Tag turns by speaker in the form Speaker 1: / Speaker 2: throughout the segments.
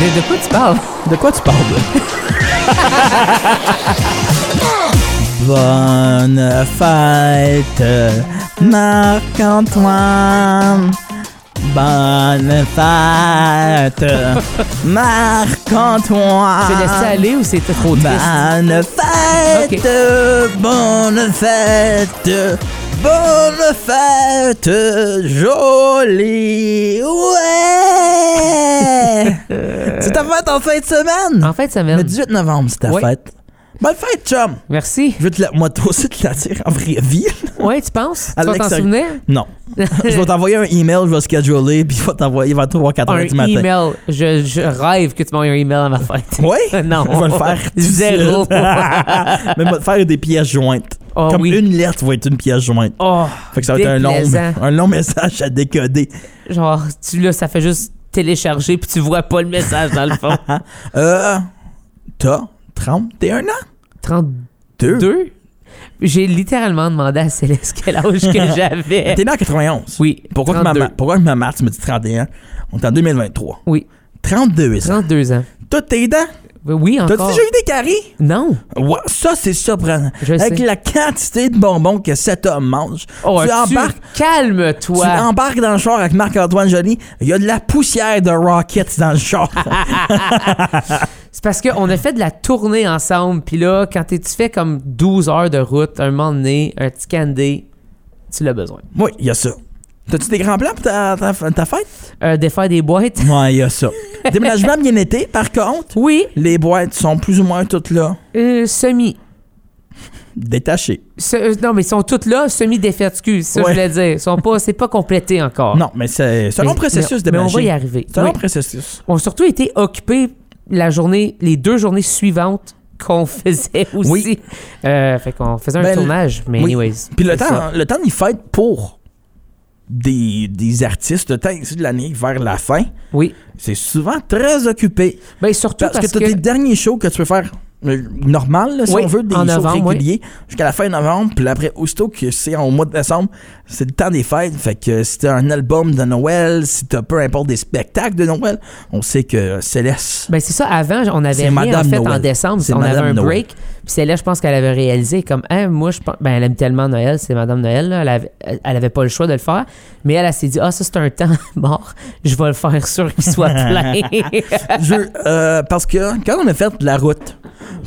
Speaker 1: De, de quoi tu parles?
Speaker 2: De quoi tu parles? Bonne fête, Marc-Antoine. Bonne fête, Marc-Antoine.
Speaker 1: J'ai laissé aller ou c'était trop triste?
Speaker 2: Bonne fête, bonne fête, bonne fête, jolie, ouais! c'est ta fête en fin de semaine?
Speaker 1: En fin de semaine.
Speaker 2: Le 18 novembre, c'est ta
Speaker 1: Ah. Oui.
Speaker 2: fête. Bonne fête, chum!
Speaker 1: Merci.
Speaker 2: Je veux te la... Moi, toi aussi, te la dire en vraie vie.
Speaker 1: Ouais, tu penses?
Speaker 2: À
Speaker 1: tu vas t'en
Speaker 2: l'extérieur.
Speaker 1: souvenir?
Speaker 2: Non. je vais t'envoyer un email, je vais scheduler, puis je vais t'envoyer vers 3 4
Speaker 1: Un
Speaker 2: heures du matin.
Speaker 1: email. Je, je rêve que tu m'envoies un email à ma fête.
Speaker 2: Oui?
Speaker 1: Euh, Non.
Speaker 2: Je vais le faire. tout de
Speaker 1: Zéro.
Speaker 2: suite. Mais je vais te faire des pièces jointes.
Speaker 1: Oh,
Speaker 2: Comme
Speaker 1: oui.
Speaker 2: une lettre va être une pièce jointe.
Speaker 1: Oh,
Speaker 2: Fait que ça va être un long,
Speaker 1: Déplaisant.
Speaker 2: un long message à décoder.
Speaker 1: genre, tu là, ça fait juste télécharger puis tu vois pas le message dans le fond.
Speaker 2: Euh, t'as 31 ans?
Speaker 1: 32?
Speaker 2: Deux?
Speaker 1: J'ai littéralement demandé à Céleste quel âge que j'avais.
Speaker 2: T'es né en 91.
Speaker 1: Oui.
Speaker 2: Pourquoi que, ma,
Speaker 1: 32.
Speaker 2: ma- pourquoi que ma mère, tu me dis 31? On est en 2023.
Speaker 1: Oui,
Speaker 2: 32 ans.
Speaker 1: 32 ans.
Speaker 2: T'as tes dents?
Speaker 1: Oui,
Speaker 2: T'as-tu
Speaker 1: encore.
Speaker 2: déjà eu des caries?
Speaker 1: Non.
Speaker 2: Ouais, ça, c'est surprenant.
Speaker 1: Je
Speaker 2: Avec
Speaker 1: sais.
Speaker 2: la quantité de bonbons que cet homme mange,
Speaker 1: Oh,
Speaker 2: tu,
Speaker 1: tu
Speaker 2: embarques, tu
Speaker 1: calme-toi.
Speaker 2: embarques dans le char avec Marc-Antoine Joly, il y a de la poussière de Rockets dans le char.
Speaker 1: Ah. C'est parce qu'on a fait de la tournée ensemble. Puis là, quand t'es- tu fais comme 12 heures de route, un moment donné, un petit candy, tu l'as besoin.
Speaker 2: oui, il y a ça. T'as-tu des grands plans pour ta, ta, ta fête?
Speaker 1: Euh, défaire des boîtes.
Speaker 2: Ouais, il y a ça. Déménagement bien été, par contre.
Speaker 1: Oui,
Speaker 2: Les boîtes sont plus ou moins toutes là,
Speaker 1: euh, semi.
Speaker 2: détachées.
Speaker 1: Se- euh, non, mais ils sont toutes là, semi-défaites, excuse, ça
Speaker 2: Ouais.
Speaker 1: je voulais dire. Ils sont pas, c'est pas complété encore.
Speaker 2: Non, mais c'est c'est
Speaker 1: Ah.
Speaker 2: un
Speaker 1: Mais-
Speaker 2: long processus
Speaker 1: mais, mais on va y
Speaker 2: déménager.
Speaker 1: arriver.
Speaker 2: C'est un long
Speaker 1: Oui.
Speaker 2: processus.
Speaker 1: On a surtout été occupés la journée, les deux journées suivantes qu'on faisait aussi.
Speaker 2: Oui.
Speaker 1: Euh, fait qu'on faisait un
Speaker 2: Ben,
Speaker 1: tournage, mais
Speaker 2: oui.
Speaker 1: anyways.
Speaker 2: Puis le
Speaker 1: c'est
Speaker 2: temps, hein.
Speaker 1: ça.
Speaker 2: le temps, il fête pour des, des artistes. Le temps ici de l'année vers la fin,
Speaker 1: Oui.
Speaker 2: c'est souvent très occupé.
Speaker 1: Ben surtout
Speaker 2: Parce,
Speaker 1: parce,
Speaker 2: que tu as
Speaker 1: que...
Speaker 2: des derniers shows que tu peux faire euh, normal, là, si
Speaker 1: Oui,
Speaker 2: on veut, des
Speaker 1: en
Speaker 2: shows
Speaker 1: novembre, oui.
Speaker 2: réguliers, jusqu'à la fin novembre, puis après, aussitôt que c'est en- au mois de décembre, c'est le temps des fêtes. Fait que si t'as un album de Noël, si t'as peu importe des spectacles de Noël, on sait que Céleste.
Speaker 1: Ben c'est ça, avant, on
Speaker 2: C'est
Speaker 1: avait rien
Speaker 2: Madame
Speaker 1: en fait en
Speaker 2: Noël.
Speaker 1: décembre,
Speaker 2: C'est
Speaker 1: on avait
Speaker 2: Madame
Speaker 1: un
Speaker 2: Noël.
Speaker 1: break. Puis c'est là, je pense qu'elle avait réalisé comme Hein, moi je pense ben elle aime tellement Noël, c'est Madame Noël, là. Elle, avait, elle- elle avait pas le choix de le faire, mais elle, elle s'est dit Ah, ça c'est un temps mort, je vais le faire sûr qu'il soit plein.
Speaker 2: Je, euh, parce que quand on a fait la route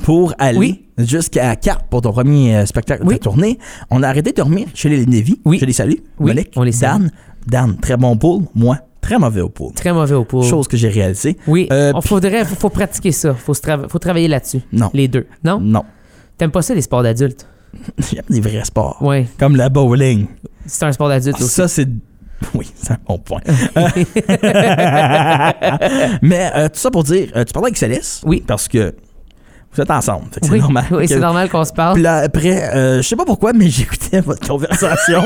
Speaker 2: pour aller
Speaker 1: Oui.
Speaker 2: jusqu'à Cap pour ton premier euh, spectacle de
Speaker 1: Oui.
Speaker 2: ta tournée, on a arrêté de dormir chez les Lévis.
Speaker 1: Oui.
Speaker 2: Je les salue.
Speaker 1: Oui,
Speaker 2: Malik,
Speaker 1: on les salue.
Speaker 2: Dan, Dan, très bon pool. Moi, très mauvais au pool.
Speaker 1: Très mauvais au pot.
Speaker 2: Chose que j'ai réalisée.
Speaker 1: Oui,
Speaker 2: Euh,
Speaker 1: on
Speaker 2: puis-
Speaker 1: faudrait, faut, faut pratiquer ça. Faut, se trava- faut travailler là-dessus.
Speaker 2: Non.
Speaker 1: Les deux. Non?
Speaker 2: Non.
Speaker 1: T'aimes pas ça, les sports d'adultes?
Speaker 2: J'aime les vrais sports.
Speaker 1: Oui,
Speaker 2: Comme la bowling. Ah,
Speaker 1: c'est un sport d'adulte aussi.
Speaker 2: Ça, c'est. Oui, c'est un bon point. Mais euh, tout ça pour dire, euh, tu parlais avec Céleste.
Speaker 1: Oui.
Speaker 2: Parce que vous êtes ensemble. fait que c'est
Speaker 1: oui,
Speaker 2: normal.
Speaker 1: oui, c'est
Speaker 2: que-
Speaker 1: normal qu'on se parle.
Speaker 2: Puis là, après, euh, je sais pas pourquoi, mais j'écoutais votre conversation.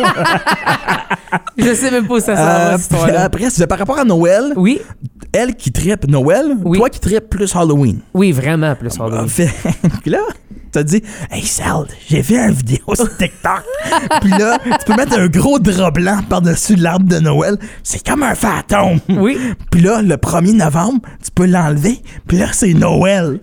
Speaker 1: Je sais même pas où ça s'en
Speaker 2: Euh,
Speaker 1: va, cette
Speaker 2: puis
Speaker 1: histoire-là.
Speaker 2: après, c'est par rapport à Noël.
Speaker 1: Oui,
Speaker 2: Elle qui trippe Noël,
Speaker 1: Oui.
Speaker 2: toi qui trippes plus Halloween.
Speaker 1: oui, vraiment, plus sport
Speaker 2: En
Speaker 1: d'adulte.
Speaker 2: fait, puis là, t'as dit, hey Sal, j'ai vu une vidéo sur TikTok. puis là, tu peux mettre un gros drap blanc par-dessus l'arbre de Noël. C'est comme un fantôme.
Speaker 1: Oui,
Speaker 2: Puis là, le 1er novembre, tu peux l'enlever. Puis là, c'est Noël.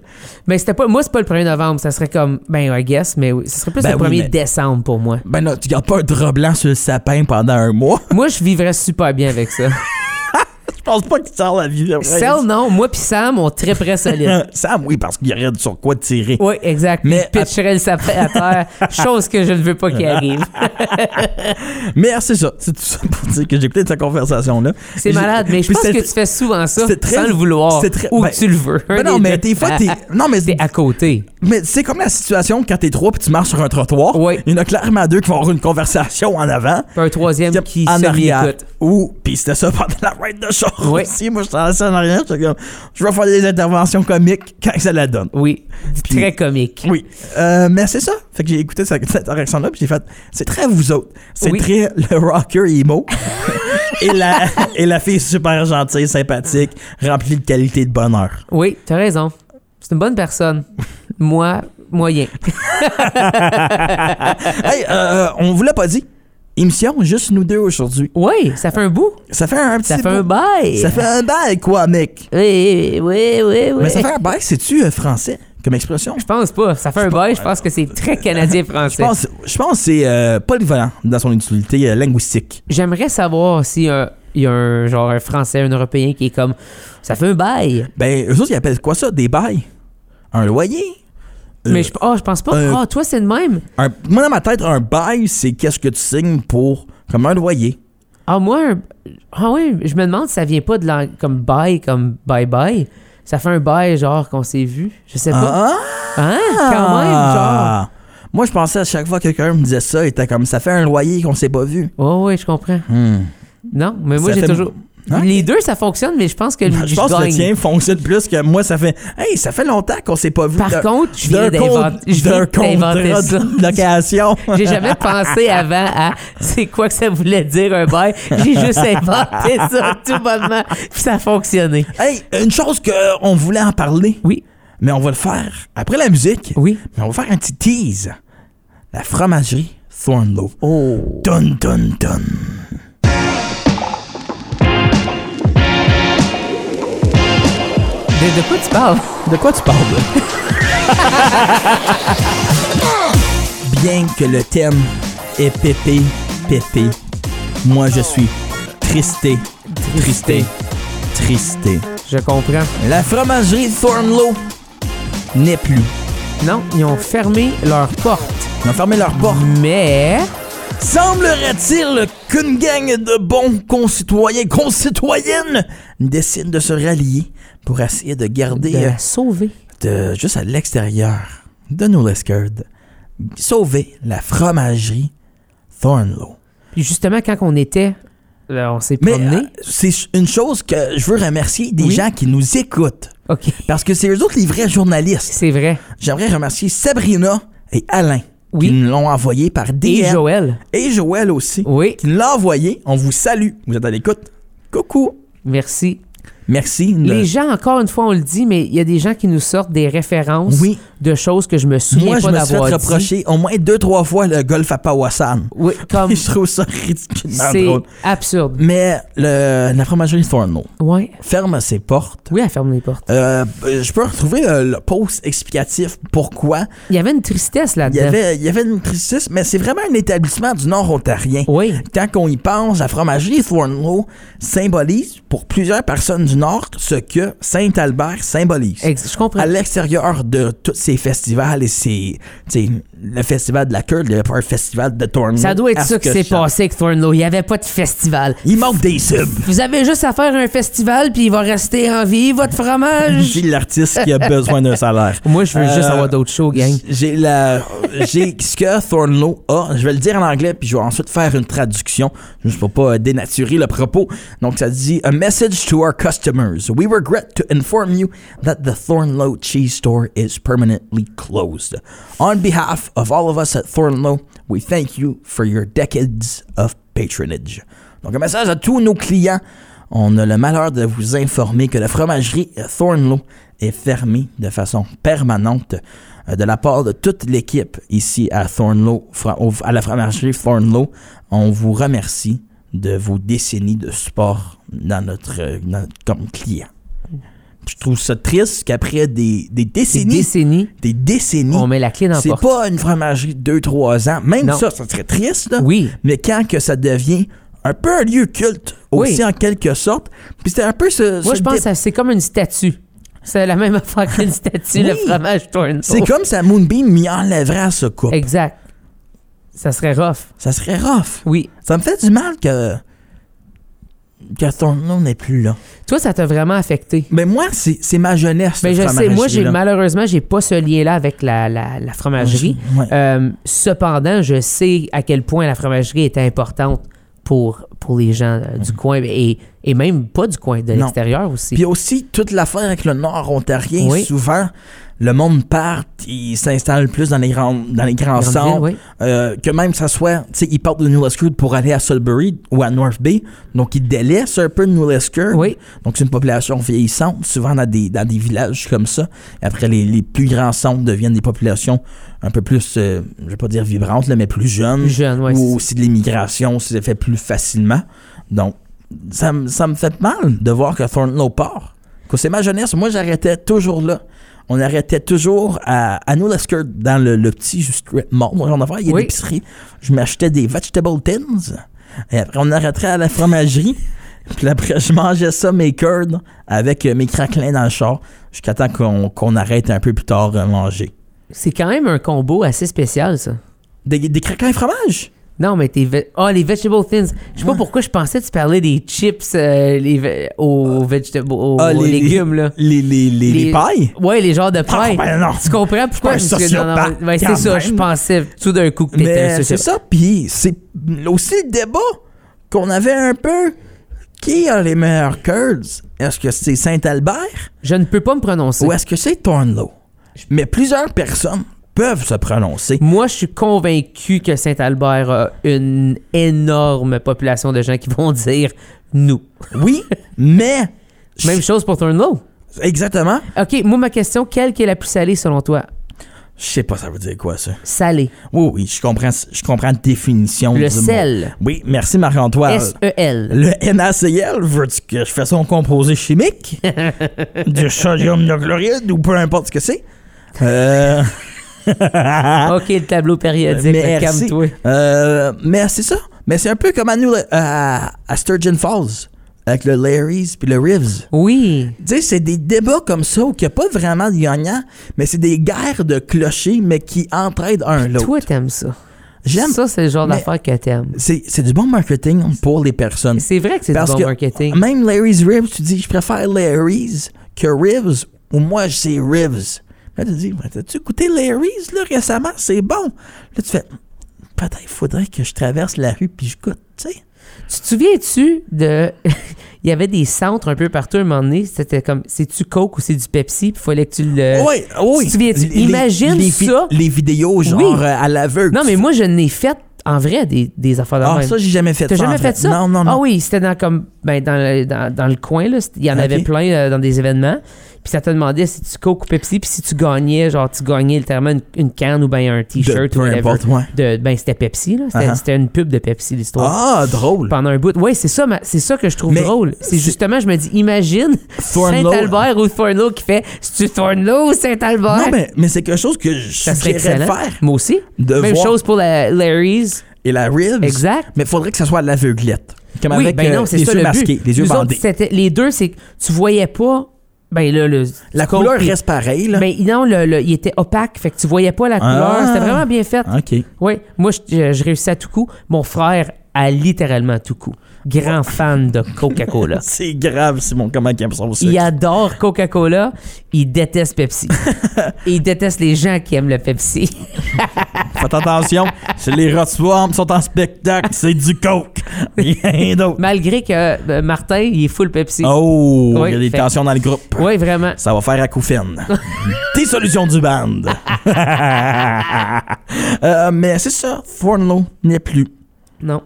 Speaker 1: mais c'était pas. Moi, c'est pas le 1er novembre. Ça serait comme. Ben, I guess, mais oui, ce serait plus
Speaker 2: Ben
Speaker 1: le
Speaker 2: oui,
Speaker 1: 1er
Speaker 2: mais-
Speaker 1: décembre pour moi.
Speaker 2: Ben non, tu gardes pas un drap blanc sur le sapin pendant un mois.
Speaker 1: Moi, je vivrais super bien avec ça.
Speaker 2: Je pense pas que tu sors la vie.
Speaker 1: Celle, non. Moi, puis Sam, on triperait solide.
Speaker 2: Euh, Sam, oui, parce qu'il y aurait sur quoi tirer.
Speaker 1: Oui, exact.
Speaker 2: Mais-
Speaker 1: Mais pitcherait le sapin à terre, chose que je ne veux pas qu'il arrive.
Speaker 2: Mais c'est ça. C'est tout ça pour dire que j'ai écouté cette conversation-là.
Speaker 1: C'est
Speaker 2: Et j'ai-
Speaker 1: malade, mais je
Speaker 2: puis
Speaker 1: pense que
Speaker 2: c'était-
Speaker 1: tu fais souvent ça
Speaker 2: c'est très-
Speaker 1: sans le vouloir
Speaker 2: c'est très-
Speaker 1: ou
Speaker 2: ben,
Speaker 1: que tu le veux.
Speaker 2: Ben non, mais des fois, t'es. Non, mais,
Speaker 1: T'es à côté.
Speaker 2: mais c'est comme la situation quand t'es trois puis tu marches sur un trottoir.
Speaker 1: Oui.
Speaker 2: Il y en a clairement deux qui vont avoir une conversation en avant.
Speaker 1: Puis un troisième
Speaker 2: Yep,
Speaker 1: qui
Speaker 2: en
Speaker 1: se
Speaker 2: arrière.
Speaker 1: réécoute.
Speaker 2: Ou, puis c'était ça pendant la ride de char
Speaker 1: Oui.
Speaker 2: aussi. Moi, je suis assis en arrière. j'étais comme, Je vais faire des interventions comiques quand ça la donne.
Speaker 1: Oui,
Speaker 2: Puis-
Speaker 1: très comique.
Speaker 2: Oui. Euh, mais c'est ça. Fait que j'ai écouté cette, cette réaction-là, puis j'ai fait, c'est très vous autres. C'est
Speaker 1: Oui.
Speaker 2: très le rocker emo. et, la, et la fille super gentille, sympathique, remplie de qualité de bonheur.
Speaker 1: Oui, t'as raison. C'est une bonne personne. Moi, moyen.
Speaker 2: hey, euh, on vous l'a pas dit. émission, juste nous deux aujourd'hui.
Speaker 1: Oui, ça fait un bout.
Speaker 2: Ça fait un petit
Speaker 1: Ça fait un
Speaker 2: bout-
Speaker 1: bail.
Speaker 2: Ça fait un bail, quoi, mec.
Speaker 1: Oui, oui, oui, oui.
Speaker 2: Mais ça fait un bail, c'est-tu euh, français comme expression?
Speaker 1: Je pense pas. Ça fait un bail. Je pense que c'est très canadien-français.
Speaker 2: Je pense, je pense que c'est euh, polyvalent dans son utilité euh, linguistique.
Speaker 1: J'aimerais savoir si euh, il y a un genre un Français, un Européen qui est comme ça fait un bail.
Speaker 2: Ben, eux autres, ils appellent quoi ça? Des bails? Un loyer? Euh,
Speaker 1: Mais je, oh, je pense pas.
Speaker 2: euh,
Speaker 1: oh, toi, c'est le même.
Speaker 2: un- moi, dans ma tête, un bail, c'est qu'est-ce que tu signes pour, comme un loyer.
Speaker 1: Ah, moi, un- ah oui, je me demande si ça vient pas de l'ang- comme bail, comme bye-bye. Ça fait un bail, genre, qu'on s'est vu. Je sais pas.
Speaker 2: Ah!
Speaker 1: Hein? Quand même, genre.
Speaker 2: Moi, je pensais à chaque fois que quelqu'un me disait ça, il était comme ça fait un loyer qu'on s'est pas vu.
Speaker 1: Oh, oui, je comprends.
Speaker 2: Hmm.
Speaker 1: Non, mais moi,
Speaker 2: Ça
Speaker 1: j'ai
Speaker 2: fait-
Speaker 1: toujours.
Speaker 2: Hein?
Speaker 1: Les deux, ça fonctionne, mais je pense que
Speaker 2: Bah, Je pense que le
Speaker 1: gagne.
Speaker 2: tien fonctionne plus que moi. Ça fait Hey, ça fait longtemps qu'on s'est pas vu.
Speaker 1: Par
Speaker 2: D'un-
Speaker 1: contre, je viens
Speaker 2: d'un con-
Speaker 1: d'inventer- je viens
Speaker 2: d'un contrat
Speaker 1: d'inventer ça.
Speaker 2: de location.
Speaker 1: J'ai jamais pensé avant à c'est quoi que ça voulait dire un bail. J'ai juste inventé ça tout bonnement. Puis ça a fonctionné.
Speaker 2: hey, une chose qu'on voulait en parler,
Speaker 1: Oui,
Speaker 2: mais on va le faire après la musique.
Speaker 1: oui.
Speaker 2: Mais on va faire un petit tease. La fromagerie Thornlow.
Speaker 1: Oh.
Speaker 2: Dun dun dun.
Speaker 1: De, de quoi tu parles?
Speaker 2: De quoi tu parles? Bien que le thème est pépé, pépé, moi je suis tristé, tristé, tristé.
Speaker 1: Je comprends.
Speaker 2: La fromagerie Thornlow n'est plus.
Speaker 1: Non, ils ont fermé leurs portes.
Speaker 2: Ils ont fermé leurs portes.
Speaker 1: Mais.
Speaker 2: Semblerait-il qu'une gang de bons concitoyens, concitoyennes, décide de se rallier pour essayer de garder...
Speaker 1: De
Speaker 2: euh,
Speaker 1: la sauver.
Speaker 2: de- juste à l'extérieur de nos Lescard, sauver la fromagerie Thornlow.
Speaker 1: Puis justement, quand on était. là, on s'est
Speaker 2: Mais
Speaker 1: promené.
Speaker 2: euh, c'est une chose que je veux remercier des
Speaker 1: Oui.
Speaker 2: gens qui nous écoutent,
Speaker 1: OK.
Speaker 2: parce que c'est eux autres les vrais journalistes.
Speaker 1: C'est vrai.
Speaker 2: J'aimerais remercier Sabrina et Alain,
Speaker 1: Oui.
Speaker 2: qui nous l'ont envoyé par DM.
Speaker 1: Et Oh. Joël.
Speaker 2: Et Joël aussi,
Speaker 1: Oui.
Speaker 2: qui nous l'a envoyé. On vous salue. Vous êtes à l'écoute. Coucou.
Speaker 1: Merci.
Speaker 2: Merci.
Speaker 1: Les gens, encore une fois, on le dit, mais il y a des gens qui nous sortent des références
Speaker 2: Oui.
Speaker 1: de choses que je me souviens
Speaker 2: Moi, je
Speaker 1: pas
Speaker 2: me suis fait
Speaker 1: d'avoir dit.
Speaker 2: reprocher au moins deux, trois fois le golf à Powassan.
Speaker 1: Oui, comme
Speaker 2: je trouve ça ridiculement
Speaker 1: c'est
Speaker 2: Ah, drôle.
Speaker 1: absurde.
Speaker 2: Mais le, la fromagerie Thornlow
Speaker 1: Ouais.
Speaker 2: ferme ses portes.
Speaker 1: Oui, elle ferme les portes.
Speaker 2: Euh, je peux retrouver euh, le post explicatif pourquoi.
Speaker 1: Il y avait une tristesse
Speaker 2: Il y
Speaker 1: là-dedans.
Speaker 2: avait, il y avait une tristesse, mais c'est vraiment un établissement du Nord ontarien.
Speaker 1: Oui.
Speaker 2: Quand on y pense, la fromagerie Thornlow symbolise pour plusieurs personnes du Nord ce que Saint-Albert symbolise.
Speaker 1: Ex- je comprends.
Speaker 2: à l'extérieur de tous ces festivals et ces, tu sais, le festival de la queue, le Power festival de Thornlow.
Speaker 1: Ça doit être
Speaker 2: à
Speaker 1: ça
Speaker 2: ce
Speaker 1: qui
Speaker 2: que
Speaker 1: s'est
Speaker 2: je chante.
Speaker 1: passé avec Thornlow. Il n'y avait pas de festival.
Speaker 2: Il manque des subs.
Speaker 1: Vous avez juste à faire un festival, puis il va rester en vie, votre fromage.
Speaker 2: J'ai l'artiste qui a besoin d'un salaire.
Speaker 1: Moi, je veux juste
Speaker 2: Euh,
Speaker 1: avoir d'autres shows, gang.
Speaker 2: J'ai la, j'ai ce que Thornlow a. Je vais le dire en anglais puis je vais ensuite faire une traduction juste pour pas euh, dénaturer le propos. Donc ça dit a message to our customers. We regret to inform you that the Thornlow cheese store is permanently closed. On behalf of all of us at Thornlow, we thank you for your decades of patronage. Donc un message à tous nos clients. On a le malheur de vous informer que la fromagerie Thornlow est fermée de façon permanente euh, de la part de toute l'équipe ici à Thornlow, fra- au- à la fromagerie Thornlow. On vous remercie de vos décennies de support dans notre, euh, dans- comme client. Je trouve ça triste qu'après des,
Speaker 1: Des
Speaker 2: des décennies,
Speaker 1: décennies,
Speaker 2: des décennies,
Speaker 1: on met la clé dans la
Speaker 2: c'est
Speaker 1: porte.
Speaker 2: pas une fromagerie de 2-3 ans. Même
Speaker 1: Non.
Speaker 2: ça, ça serait triste. là.
Speaker 1: Oui.
Speaker 2: Mais quand que ça devient un peu un lieu culte,
Speaker 1: Oui.
Speaker 2: aussi en quelque sorte, puis c'était un peu ce.
Speaker 1: Moi,
Speaker 2: ce
Speaker 1: je pense
Speaker 2: dé-
Speaker 1: que ça- c'est comme une statue. C'est la même affaire qu'une statue, le
Speaker 2: Oui.
Speaker 1: fromage Thornlow.
Speaker 2: C'est comme si la Moonbeam m'y enlèverait à ce couple.
Speaker 1: Exact. Ça serait rough.
Speaker 2: Ça serait rough.
Speaker 1: Oui.
Speaker 2: Ça me fait du mal que. que ton nom n'est plus là.
Speaker 1: Toi, ça t'a vraiment affecté.
Speaker 2: Mais moi, c'est c'est ma jeunesse.
Speaker 1: Ben,
Speaker 2: cette
Speaker 1: je sais, moi, j'ai
Speaker 2: fromagerie-là.
Speaker 1: malheureusement, j'ai pas ce lien-là avec la, la, la fromagerie.
Speaker 2: Ouais.
Speaker 1: Euh, cependant, je sais à quel point la fromagerie était importante pour, pour les gens euh, du coin et, et même pas du coin, de
Speaker 2: Mm-hmm. Non.
Speaker 1: l'extérieur aussi.
Speaker 2: Puis aussi, toute l'affaire avec le Nord ontarien,
Speaker 1: Oui.
Speaker 2: souvent, le monde part, il s'installe plus dans les grands, dans les grands
Speaker 1: Grande
Speaker 2: centres.
Speaker 1: ville, oui.
Speaker 2: Euh, que même ça soit, tu sais, ils partent de New Lescure pour aller à Sudbury ou à North Bay, donc ils délaissent un peu New Lescure.
Speaker 1: Oui.
Speaker 2: Donc c'est une population vieillissante, souvent dans des, dans des villages comme ça. Après, les, les plus grands centres deviennent des populations un peu plus, euh, je vais pas dire vibrantes, là, mais plus jeunes.
Speaker 1: Plus jeune, ouais.
Speaker 2: Mm. ou
Speaker 1: c'est-
Speaker 2: aussi de l'immigration, c'est fait plus facilement. Donc, ça, me- ça me fait mal de voir que Thornlow part. Que c'est ma jeunesse. Moi, j'arrêtais toujours là. On arrêtait toujours à, à New Lescure, dans le, le petit strip mall. Moi, j'en avais, il y a
Speaker 1: Oui.
Speaker 2: l'épicerie. Je m'achetais des vegetable tins. Et après, on arrêterait à la fromagerie. Puis après, je mangeais ça, mes curds, avec euh, mes craquelins dans le char, jusqu'à temps qu'on qu'on arrête un peu plus tard à manger.
Speaker 1: C'est quand même un combo assez spécial, ça.
Speaker 2: Des, des craquelins et fromage?
Speaker 1: Non, mais tes. ve- Ah, les vegetable thins. Je sais pas
Speaker 2: Ouais.
Speaker 1: pourquoi je pensais que tu parlais des chips euh, les ve- aux, vegetables, aux
Speaker 2: Ah, les-
Speaker 1: légumes, là.
Speaker 2: Les, les, les, les
Speaker 1: Les-
Speaker 2: pailles?
Speaker 1: Ouais, les genres de
Speaker 2: Ah,
Speaker 1: paille.
Speaker 2: ben non.
Speaker 1: Tu comprends pourquoi
Speaker 2: Pas un
Speaker 1: je me suis- non, non,
Speaker 2: sociopathe,
Speaker 1: ouais,
Speaker 2: quand
Speaker 1: c'est ça,
Speaker 2: même.
Speaker 1: je pensais tout d'un coup que t'étais un
Speaker 2: Mais c'est
Speaker 1: sociopathe.
Speaker 2: ça, puis c'est aussi le débat qu'on avait un peu. Qui a les meilleurs curls? Est-ce que c'est Saint-Albert
Speaker 1: Je ne peux pas me prononcer.
Speaker 2: ou est-ce que c'est Thornlow? Mais plusieurs personnes peuvent se prononcer.
Speaker 1: Moi, je suis convaincu que Saint-Albert a une énorme population de gens qui vont dire nous.
Speaker 2: Oui, mais...
Speaker 1: Même chose pour Thornlow.
Speaker 2: Exactement.
Speaker 1: OK, moi, ma question, quelle qui est la plus salée selon toi?
Speaker 2: Je sais pas ça veut dire quoi, ça.
Speaker 1: Salée.
Speaker 2: Oui, oui, je comprends, je comprends la définition
Speaker 1: Le
Speaker 2: du mot.
Speaker 1: sel.
Speaker 2: Oui, merci Marc-Antoine.
Speaker 1: S-E-L.
Speaker 2: Le NaCl, veux-tu que je fasse son composé chimique? du sodium chloride ou peu importe ce que c'est? Euh...
Speaker 1: OK, le tableau périodique,
Speaker 2: Merci.
Speaker 1: là, calme-toi.
Speaker 2: Euh, mais c'est ça. Mais c'est un peu comme à nous, là, à, à Sturgeon Falls, avec le Larry's puis le Reeves.
Speaker 1: Oui.
Speaker 2: Tu sais, c'est des débats comme ça où il n'y a pas vraiment de gagnant, mais c'est des guerres de clochers, mais qui entraident un l'autre.
Speaker 1: Toi, t'aimes ça.
Speaker 2: J'aime.
Speaker 1: Ça, c'est le genre
Speaker 2: Mais-
Speaker 1: d'affaire que t'aimes.
Speaker 2: C'est c'est du bon marketing pour les personnes.
Speaker 1: C'est vrai que c'est du
Speaker 2: Parce
Speaker 1: bon
Speaker 2: que
Speaker 1: marketing.
Speaker 2: Même Larry's Reeves, tu dis, je préfère Larry's que Reeves, ou moi, je sais Reeves. Là, tu dis, Ouais, t'as-tu goûté Larry's, là, récemment? C'est bon. Là, tu fais, peut-être il faudrait que je traverse la rue puis je goûte, tu sais.
Speaker 1: Tu te souviens-tu de. Il y avait des centres un peu partout à un moment donné. C'était comme. C'est-tu Coke ou c'est du Pepsi? Puis fallait que tu le.
Speaker 2: oui, oui.
Speaker 1: Euh, tu te souviens-tu?
Speaker 2: Les-
Speaker 1: Imagine
Speaker 2: les vi-
Speaker 1: ça.
Speaker 2: Les vidéos, genre,
Speaker 1: Oui.
Speaker 2: euh, à l'aveugle.
Speaker 1: Non, mais moi, je n'ai fait en vrai des, des affaires de
Speaker 2: Ah,
Speaker 1: même.
Speaker 2: ça, j'ai jamais fait
Speaker 1: T'as
Speaker 2: ça. en
Speaker 1: jamais
Speaker 2: vrai.
Speaker 1: fait ça?
Speaker 2: Non, non, non.
Speaker 1: Ah oui, c'était dans comme ben, dans, le, dans, dans le coin, là. C'était- Il y en
Speaker 2: Ok.
Speaker 1: avait plein euh, dans des événements. Puis ça te demandait si tu Coke ou Pepsi, puis si tu gagnais, genre tu gagnais littéralement une, une canne ou ben un t-shirt
Speaker 2: De-
Speaker 1: ou
Speaker 2: peu
Speaker 1: whatever.
Speaker 2: importe, ouais.
Speaker 1: De, ben c'était Pepsi, là. C'était
Speaker 2: Uh-huh.
Speaker 1: c'était une pub de Pepsi, l'histoire.
Speaker 2: Ah, drôle.
Speaker 1: Pendant un bout. Oui, c'est ça, ma- c'est ça que je trouve
Speaker 2: Mais
Speaker 1: drôle. C'est justement, je me dis, imagine
Speaker 2: Thornlow-
Speaker 1: Saint-Albert ou Thornlow qui fait C'est-tu Thornlow ou Saint-Albert?
Speaker 2: Non, mais, mais c'est quelque chose que je
Speaker 1: ça serait
Speaker 2: suggérerais de
Speaker 1: excellent.
Speaker 2: faire.
Speaker 1: Moi aussi.
Speaker 2: De
Speaker 1: Même
Speaker 2: voir-
Speaker 1: chose pour la Larry's.
Speaker 2: Et la Reeves.
Speaker 1: Exact.
Speaker 2: Mais faudrait que ça soit à l'aveuglette. Comme
Speaker 1: oui,
Speaker 2: avec
Speaker 1: ben
Speaker 2: euh,
Speaker 1: non, c'est
Speaker 2: les
Speaker 1: ça
Speaker 2: yeux
Speaker 1: le
Speaker 2: masqués,
Speaker 1: but.
Speaker 2: les yeux
Speaker 1: Nous autres,
Speaker 2: bandés.
Speaker 1: c'était- les deux, c'est que tu voyais pas. Ben là, le,
Speaker 2: La
Speaker 1: tu comprends-
Speaker 2: couleur reste pareille, là.
Speaker 1: Ben non, le, le- il était opaque, fait que tu voyais pas la
Speaker 2: Ah.
Speaker 1: couleur. C'était vraiment bien fait.
Speaker 2: OK.
Speaker 1: Oui, moi, je, je- je réussis à tout coup. Mon frère a littéralement tout coup. Grand fan de Coca-Cola.
Speaker 2: C'est grave, Simon, comment il aime ça aussi.
Speaker 1: Il adore Coca-Cola, il déteste Pepsi. Et il déteste les gens qui aiment le Pepsi.
Speaker 2: Faites attention, c'est les Rotswarm sont en spectacle, c'est du coke. Rien d'autre.
Speaker 1: Malgré que euh, Martin, il est full Pepsi.
Speaker 2: Oh,
Speaker 1: Oui,
Speaker 2: il y a des
Speaker 1: fait-
Speaker 2: tensions dans le groupe.
Speaker 1: Oui, vraiment.
Speaker 2: Ça va faire à Tes solutions du band. Euh, mais c'est ça, Fornlow n'est plus.
Speaker 1: Non.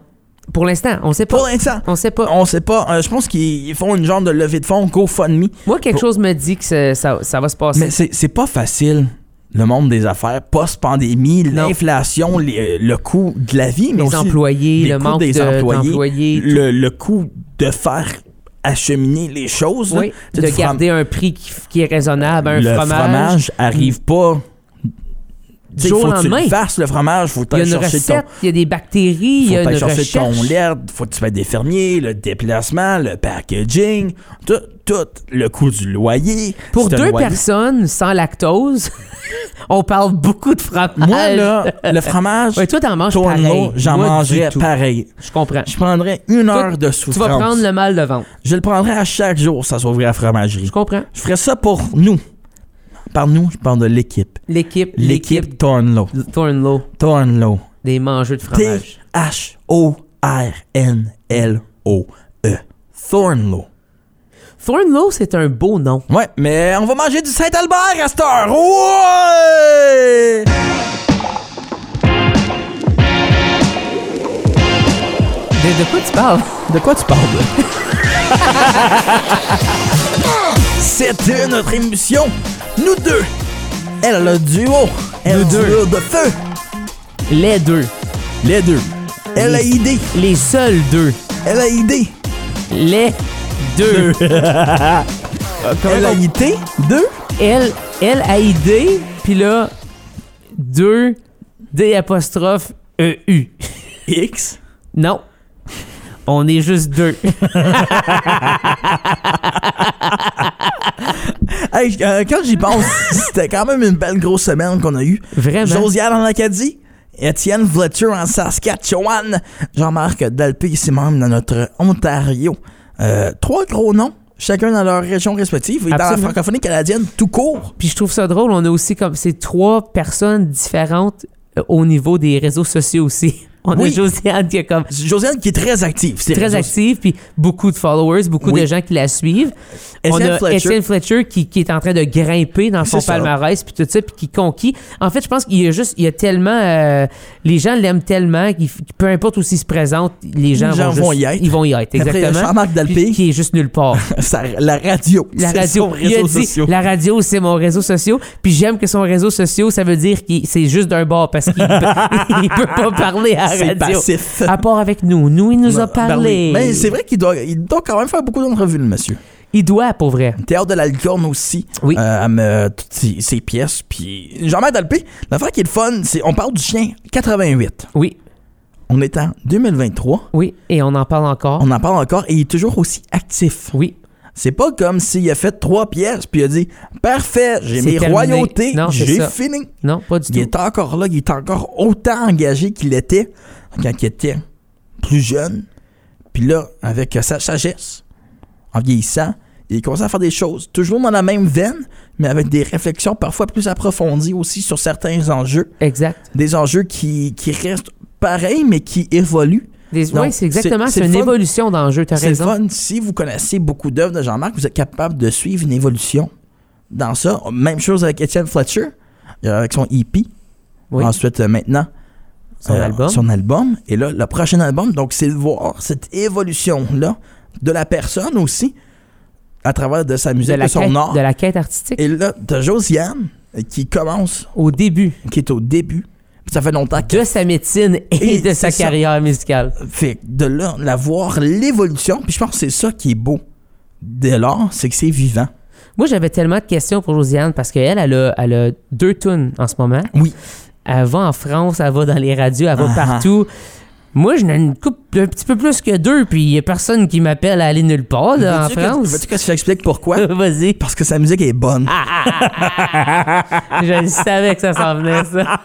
Speaker 1: Pour l'instant, on sait pas.
Speaker 2: Pour l'instant,
Speaker 1: On sait pas.
Speaker 2: on sait pas. euh, je pense qu'ils font une genre de levée de fonds, GoFundMe.
Speaker 1: Moi, quelque chose me dit que ça, ça- ça va se passer.
Speaker 2: Mais c'est c'est pas facile, le monde des affaires, post-pandémie,
Speaker 1: Non.
Speaker 2: l'inflation, les- le coût de la vie, mais
Speaker 1: les
Speaker 2: aussi
Speaker 1: employés,
Speaker 2: les
Speaker 1: le
Speaker 2: coûts
Speaker 1: manque
Speaker 2: des
Speaker 1: de-
Speaker 2: employés,
Speaker 1: d'employés. tout.
Speaker 2: le, le coût de faire acheminer les choses. là.
Speaker 1: Oui,
Speaker 2: Tu sais,
Speaker 1: de
Speaker 2: du from-
Speaker 1: garder un prix qui, qui est raisonnable, un
Speaker 2: le
Speaker 1: fromage. Mm.
Speaker 2: arrive pas.
Speaker 1: Du
Speaker 2: Tu sais,
Speaker 1: jour
Speaker 2: faut
Speaker 1: au
Speaker 2: que tu le
Speaker 1: lendemain.
Speaker 2: fasses, le fromage, faut que
Speaker 1: Il y a
Speaker 2: t'ailles
Speaker 1: une
Speaker 2: chercher ton.
Speaker 1: recette, il y a des bactéries, il
Speaker 2: Faut
Speaker 1: y a
Speaker 2: que
Speaker 1: une
Speaker 2: t'ailles chercher
Speaker 1: recherche.
Speaker 2: ton LED, faut que tu fasses des fermiers, le déplacement, le packaging, tout, tout, le coût du loyer.
Speaker 1: Pour
Speaker 2: C'est un
Speaker 1: deux
Speaker 2: loyer.
Speaker 1: personnes sans lactose, on parle beaucoup de fromage.
Speaker 2: Moi, là, le fromage,
Speaker 1: Ouais, toi, t'en manges
Speaker 2: tourne
Speaker 1: Ah, pareil.
Speaker 2: j'en
Speaker 1: Moi, du
Speaker 2: mangerais
Speaker 1: tout.
Speaker 2: pareil.
Speaker 1: Je comprends.
Speaker 2: Je prendrais une
Speaker 1: Toi,
Speaker 2: heure de
Speaker 1: Tu
Speaker 2: souffrance.
Speaker 1: vas prendre le mal de ventre.
Speaker 2: Je le prendrais à chaque jour, ça s'ouvrait à la fromagerie.
Speaker 1: Je comprends.
Speaker 2: Je ferais ça pour nous. Par nous, je parle de l'équipe.
Speaker 1: L'équipe, l'équipe
Speaker 2: L'équipe Thornlow.
Speaker 1: Thornlow,
Speaker 2: Thornlow.
Speaker 1: des mangeurs de fromage.
Speaker 2: E. T-H-O-R-N-L-O-E. Thornlow.
Speaker 1: Thornlow, c'est un beau nom.
Speaker 2: Ouais, mais on va manger du Saint-Albert à cette heure. Ouais!
Speaker 1: De, de quoi tu parles?
Speaker 2: De quoi tu parles? C'était notre émission. Nous deux. Elle le duo. Elle
Speaker 1: Nous
Speaker 2: du
Speaker 1: deux.
Speaker 2: duo de feu.
Speaker 1: Les deux.
Speaker 2: Les deux. Elle a idée.
Speaker 1: Les seuls deux.
Speaker 2: Elle a idée.
Speaker 1: Les deux.
Speaker 2: Elle a idée. Deux.
Speaker 1: L, L A I D puis là deux D apostrophe E U.
Speaker 2: X.
Speaker 1: Non. On est juste deux.
Speaker 2: Hey, j- euh, quand j'y pense, c'était quand même une belle grosse semaine qu'on a eue.
Speaker 1: Vraiment.
Speaker 2: Josiane en Acadie, Étienne Fletcher en Saskatchewan, Jean-Marc Dalpé ici même dans notre Ontario. Euh, trois gros noms, chacun dans leur région respective et dans la
Speaker 1: Absolument.
Speaker 2: francophonie canadienne tout court.
Speaker 1: Puis je trouve ça drôle, on a aussi comme ces trois personnes différentes euh, au niveau des réseaux sociaux aussi. On
Speaker 2: Oui.
Speaker 1: a Josiane qui est comme
Speaker 2: Josiane qui est très active. c'est
Speaker 1: très active puis beaucoup de followers, beaucoup
Speaker 2: Oui.
Speaker 1: de gens qui la suivent. On
Speaker 2: Étienne
Speaker 1: a
Speaker 2: Fletcher.
Speaker 1: Étienne Fletcher qui, qui est en train de grimper dans son
Speaker 2: C'est ça.
Speaker 1: palmarès puis tout ça puis qui conquit. En fait, je pense qu'il y a juste il y a tellement euh, les gens l'aiment tellement qu'il f- peu importe où s'il se présente, les gens,
Speaker 2: Les gens
Speaker 1: juste-
Speaker 2: vont y être.
Speaker 1: Ils vont y être
Speaker 2: Après,
Speaker 1: exactement.
Speaker 2: Jean-Marc Dalpé,
Speaker 1: Puis qui est juste nulle part.
Speaker 2: sa- la radio.
Speaker 1: La
Speaker 2: c'est
Speaker 1: radio,
Speaker 2: son
Speaker 1: il a
Speaker 2: réseau
Speaker 1: dit,
Speaker 2: social.
Speaker 1: la radio, c'est mon réseau social. Puis j'aime que son réseau social, ça veut dire qu'il c'est juste d'un bord parce qu'il il peut pas parler à la
Speaker 2: C'est
Speaker 1: radio.
Speaker 2: passif. Ben
Speaker 1: À part avec nous, nous il nous a parlé.
Speaker 2: Mais c'est vrai qu'il doit, il doit quand même faire beaucoup d'entrevues, le monsieur.
Speaker 1: Il doit pour vrai.
Speaker 2: Théâtre de la licorne aussi.
Speaker 1: Oui.
Speaker 2: Euh, elle me- toutes ses, ses pièces. Puis Jean-Marc Dalpé, l'affaire qui est le fun, c'est on parle du chien 88.
Speaker 1: Oui,
Speaker 2: On est en 2023.
Speaker 1: oui, et on en parle encore.
Speaker 2: On en parle encore et il est toujours aussi actif.
Speaker 1: Oui,
Speaker 2: C'est pas comme s'il a fait trois pièces puis il a dit Parfait, j'ai
Speaker 1: C'est
Speaker 2: mes
Speaker 1: terminé.
Speaker 2: royautés,
Speaker 1: Non, c'est
Speaker 2: j'ai
Speaker 1: ça.
Speaker 2: fini.
Speaker 1: non, pas du
Speaker 2: Il
Speaker 1: tout.
Speaker 2: est encore là, il est encore autant engagé qu'il était quand il était plus jeune. Puis là, avec euh, sa sagesse, en vieillissant, il commence à faire des choses, toujours dans la même veine, mais avec des réflexions parfois plus approfondies aussi sur certains enjeux.
Speaker 1: Exact.
Speaker 2: Des enjeux qui, qui restent pareils, mais qui évoluent.
Speaker 1: Des-
Speaker 2: Non,
Speaker 1: oui, c'est exactement,
Speaker 2: c'est-
Speaker 1: c'est
Speaker 2: c'est
Speaker 1: une
Speaker 2: le fun.
Speaker 1: évolution d'enjeu, t'as
Speaker 2: C'est le
Speaker 1: raison.
Speaker 2: fun. Si vous connaissez beaucoup d'œuvres de Jean-Marc, vous êtes capable de suivre une évolution dans ça. Même chose avec Étienne Fletcher, euh, avec son hippie.
Speaker 1: Oui,
Speaker 2: Ensuite, euh, maintenant,
Speaker 1: son
Speaker 2: euh,
Speaker 1: album.
Speaker 2: son album. Et là, le prochain album, donc c'est de voir cette évolution-là de la personne aussi, à travers de sa
Speaker 1: de,
Speaker 2: musique, de,
Speaker 1: la
Speaker 2: son
Speaker 1: quête,
Speaker 2: art.
Speaker 1: de la quête artistique.
Speaker 2: Et là, de Josiane, euh, qui commence,
Speaker 1: Au début
Speaker 2: qui est au début. Puis ça fait longtemps que...
Speaker 1: de sa médecine et,
Speaker 2: Et
Speaker 1: de sa
Speaker 2: c'est ça.
Speaker 1: carrière musicale.
Speaker 2: Fait que de là, la voir, l'évolution. Puis je pense que c'est ça qui est beau de l'art, c'est que c'est vivant.
Speaker 1: Moi, j'avais tellement de questions pour Josiane parce qu'elle, elle a, elle a deux tunes en ce moment.
Speaker 2: Oui.
Speaker 1: Elle va en France, elle va dans les radios, elle va
Speaker 2: Ah, ah.
Speaker 1: partout. Moi, j'en ai une coupe un petit peu plus que deux, puis il n'y a personne qui m'appelle à aller nulle part là, en
Speaker 2: Veux-tu que-
Speaker 1: France. Ah.
Speaker 2: Veux-tu que je t'explique pourquoi?
Speaker 1: Vas-y.
Speaker 2: Parce que sa musique est bonne.
Speaker 1: Je le savais que ça s'en venait, ça.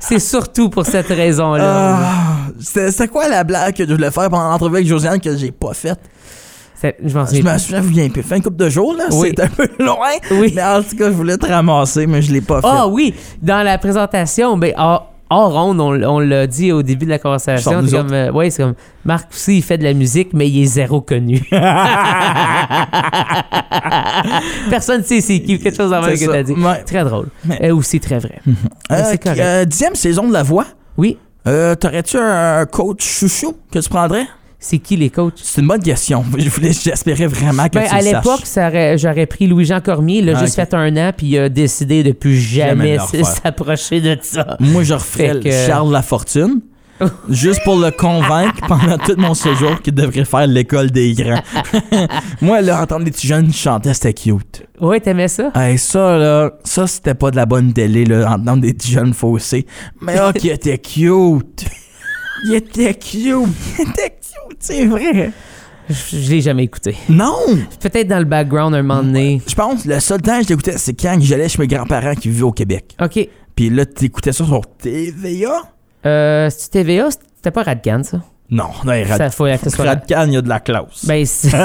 Speaker 1: C'est surtout pour cette raison-là.
Speaker 2: Ah, C'était c'était quoi la blague que je voulais faire pendant l'entrevue avec Josiane que j'ai pas faite?
Speaker 1: C'est- Je m'en
Speaker 2: Je
Speaker 1: souviens.
Speaker 2: me souviens bien peu. Fait une couple de jours, là.
Speaker 1: Oui.
Speaker 2: C'est un peu loin.
Speaker 1: Oui.
Speaker 2: Mais en tout cas, je voulais te ramasser, mais je l'ai pas fait.
Speaker 1: Ah oui, dans la présentation, ben, hors, hors onde, on, on l'a dit au début de la
Speaker 2: Sans
Speaker 1: conversation.
Speaker 2: nous
Speaker 1: C'est comme, euh, ouais, c'est comme Marc aussi, il fait de la musique, mais il est zéro connu. Personne ne sait c'est qui, ou quelque chose en même
Speaker 2: C'est
Speaker 1: que
Speaker 2: ça.
Speaker 1: t'as dit.
Speaker 2: Ouais.
Speaker 1: Très drôle.
Speaker 2: Mais-
Speaker 1: Et aussi très vrai.
Speaker 2: Euh,
Speaker 1: c'est correct.
Speaker 2: euh, dixième saison de La Voix.
Speaker 1: Oui,
Speaker 2: Euh, T'aurais-tu un coach chouchou que tu prendrais?
Speaker 1: c'est qui les coachs?
Speaker 2: C'est une bonne question. Je voulais- J'espérais vraiment que
Speaker 1: Ben,
Speaker 2: tu
Speaker 1: à
Speaker 2: le saches.
Speaker 1: l'époque, ça aurait- j'aurais pris Louis-Jean Cormier. Il a
Speaker 2: Ah,
Speaker 1: juste
Speaker 2: ok.
Speaker 1: fait un an, puis il a décidé de plus
Speaker 2: Jamais
Speaker 1: jamais
Speaker 2: le
Speaker 1: s-
Speaker 2: refaire.
Speaker 1: s'approcher de ça.
Speaker 2: Moi, je referais
Speaker 1: Fait que-
Speaker 2: Charles Lafortune. juste pour le convaincre pendant tout mon séjour qu'il devrait faire l'école des grands. Moi, là, entendre les petits jeunes chanter, c'était cute.
Speaker 1: Ouais, t'aimais ça?
Speaker 2: Hey, ça, là, ça, c'était pas de la bonne télé, là, en dedans des petits jeunes faussés. Mais là, qui était cute. Il était cute. Il était cute, c'est vrai.
Speaker 1: Je, je l'ai jamais écouté.
Speaker 2: Non!
Speaker 1: Peut-être dans le background un moment donné.
Speaker 2: Je pense, le seul temps que je l'écoutais, c'est quand j'allais chez mes grands-parents qui vivaient au Québec.
Speaker 1: OK.
Speaker 2: Puis là, t'écoutais ça sur TVA?
Speaker 1: Euh, c'est TVA, c'était pas Radgan, ça?
Speaker 2: Non, non, il
Speaker 1: Ça,
Speaker 2: rad...
Speaker 1: faut que ce soit Radgan.
Speaker 2: Radcan, il y a de la classe.
Speaker 1: Ben, c'est- c'est-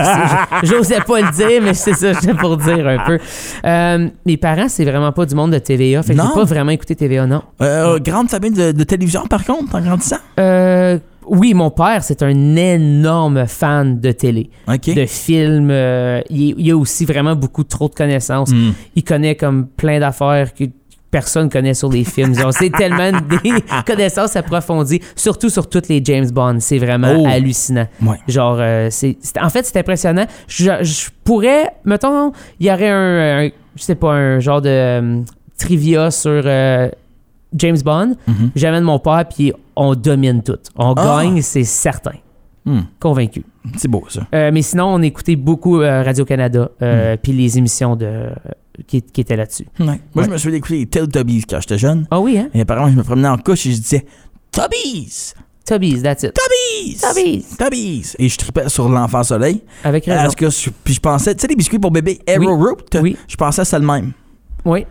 Speaker 1: j'osais pas le dire, mais c'est ça, j'étais pour dire un peu. Euh, mes parents, c'est vraiment pas du monde de TVA. Fait que
Speaker 2: Non.
Speaker 1: j'ai pas vraiment écouté TVA, non.
Speaker 2: Euh, grande famille de, de télévision, par contre, en grandissant?
Speaker 1: Euh, oui, mon père, c'est un énorme fan de télé,
Speaker 2: OK.
Speaker 1: de films. euh, il, il a aussi vraiment beaucoup trop de connaissances.
Speaker 2: Hmm.
Speaker 1: Il connaît comme plein d'affaires que personne connaît sur les films. Genre, c'est tellement des connaissances approfondies, surtout sur toutes les James Bond. C'est vraiment
Speaker 2: Oh.
Speaker 1: hallucinant.
Speaker 2: Ouais.
Speaker 1: Genre, euh, c'est, c'est- en fait, c'est impressionnant. Je, je pourrais, mettons, il y aurait un, un- je sais pas, un genre de euh, trivia sur euh, James Bond.
Speaker 2: Mhm.
Speaker 1: J'amène mon père, puis on domine tout. On
Speaker 2: Ah.
Speaker 1: gagne, c'est certain.
Speaker 2: Hmm.
Speaker 1: Convaincu.
Speaker 2: C'est beau, ça.
Speaker 1: Euh, mais sinon, on écoutait beaucoup euh, Radio-Canada,
Speaker 2: Hmm.
Speaker 1: euh, puis les émissions de, euh, qui, qui étaient là-dessus.
Speaker 2: Ouais. Moi, je me suis écouté les Teletubbies quand j'étais jeune.
Speaker 1: Ah oui, hein?
Speaker 2: Et apparemment, je me promenais en couche et je disais Tubbies!
Speaker 1: Tubbies, that's it.
Speaker 2: Tubbies!
Speaker 1: Tubbies!
Speaker 2: Tubbies! Et je tripais sur l'enfant soleil.
Speaker 1: Avec raison.
Speaker 2: Parce que je- puis je pensais, tu sais, les biscuits pour bébé Arrowroot,
Speaker 1: Oui.
Speaker 2: je pensais c'est le même.
Speaker 1: Oui,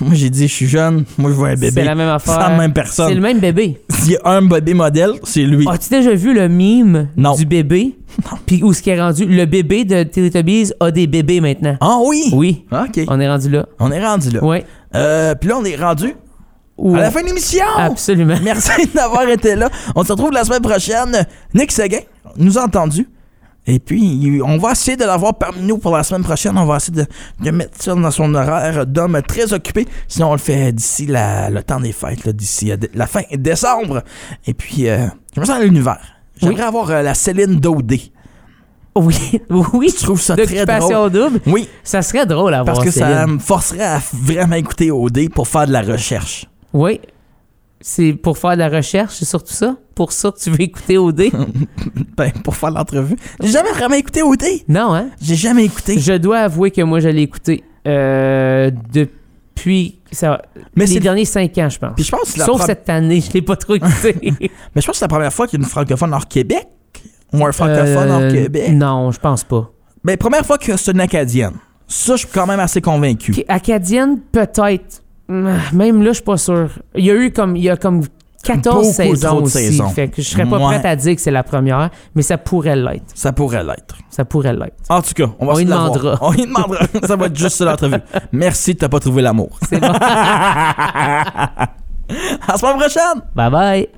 Speaker 2: moi, j'ai dit, je suis jeune, moi, je vois un
Speaker 1: c'est
Speaker 2: bébé.
Speaker 1: la même
Speaker 2: C'est
Speaker 1: affaire.
Speaker 2: la même
Speaker 1: C'est le Ah.
Speaker 2: personne.
Speaker 1: même bébé.
Speaker 2: S'il y a un bébé modèle, c'est lui.
Speaker 1: As-tu déjà vu le mime
Speaker 2: Non.
Speaker 1: du bébé?
Speaker 2: Non.
Speaker 1: Puis où ce qui est rendu? Le bébé de Teletubbies a des bébés maintenant.
Speaker 2: Ah oui?
Speaker 1: Oui,
Speaker 2: OK.
Speaker 1: on est rendu là.
Speaker 2: On est rendu là.
Speaker 1: Oui.
Speaker 2: Euh, puis là, on est rendu
Speaker 1: Ou-
Speaker 2: à la fin de l'émission.
Speaker 1: Absolument.
Speaker 2: Merci d'avoir été là. On se retrouve la semaine prochaine. Nick Seguin nous a entendu. Et puis, on va essayer de l'avoir parmi nous pour la semaine prochaine. On va essayer de, de mettre ça dans son horaire d'homme très occupé. Sinon, on le fait d'ici la- le temps des fêtes, là, d'ici euh, dé- la fin décembre. Et puis, euh, je me sens à l'univers. J'aimerais avoir euh, la Céline Daudé.
Speaker 1: Oui, oui.
Speaker 2: Je trouve ça très drôle.
Speaker 1: D'occupation double.
Speaker 2: Oui,
Speaker 1: Ça serait drôle à
Speaker 2: parce
Speaker 1: voir
Speaker 2: que ça
Speaker 1: Céline.
Speaker 2: me forcerait à vraiment écouter OD pour faire de la recherche.
Speaker 1: Oui. C'est pour faire de la recherche, c'est surtout ça. Pour ça que tu veux écouter OD.
Speaker 2: Ben, pour faire l'entrevue. J'ai jamais vraiment écouté OD.
Speaker 1: non, hein?
Speaker 2: J'ai jamais écouté.
Speaker 1: Je dois avouer que moi, je l'ai écouté euh, depuis ça,
Speaker 2: Mais
Speaker 1: les
Speaker 2: c'est
Speaker 1: derniers cinq ans, je pense.
Speaker 2: Puis je pense que c'est la
Speaker 1: Sauf
Speaker 2: pro-
Speaker 1: cette année, je l'ai pas trop écouté.
Speaker 2: Mais je pense que c'est la première fois qu'il y a une francophone hors Québec. Ou un francophone
Speaker 1: Euh,
Speaker 2: hors Québec.
Speaker 1: Non, je pense pas.
Speaker 2: Mais première fois que c'est une Acadienne. Ça, je suis quand même assez convaincu.
Speaker 1: Qui- Acadienne, peut-être. Hum, Même là, je suis pas sûr. Il y a eu comme, il y a comme 14
Speaker 2: Beaucoup
Speaker 1: saisons
Speaker 2: trop de
Speaker 1: aussi.
Speaker 2: saisons.
Speaker 1: Fait que je serais pas
Speaker 2: Ouais.
Speaker 1: prête à dire que c'est la première, mais ça pourrait l'être.
Speaker 2: Ça pourrait l'être.
Speaker 1: Ça pourrait l'être.
Speaker 2: En tout cas, on va
Speaker 1: On
Speaker 2: se
Speaker 1: y
Speaker 2: l'avoir.
Speaker 1: demandera.
Speaker 2: On y demandera. ça va être juste sur l'entrevue. Merci de t'as pas trouvé l'amour.
Speaker 1: C'est bon.
Speaker 2: à la semaine prochaine!
Speaker 1: bye bye.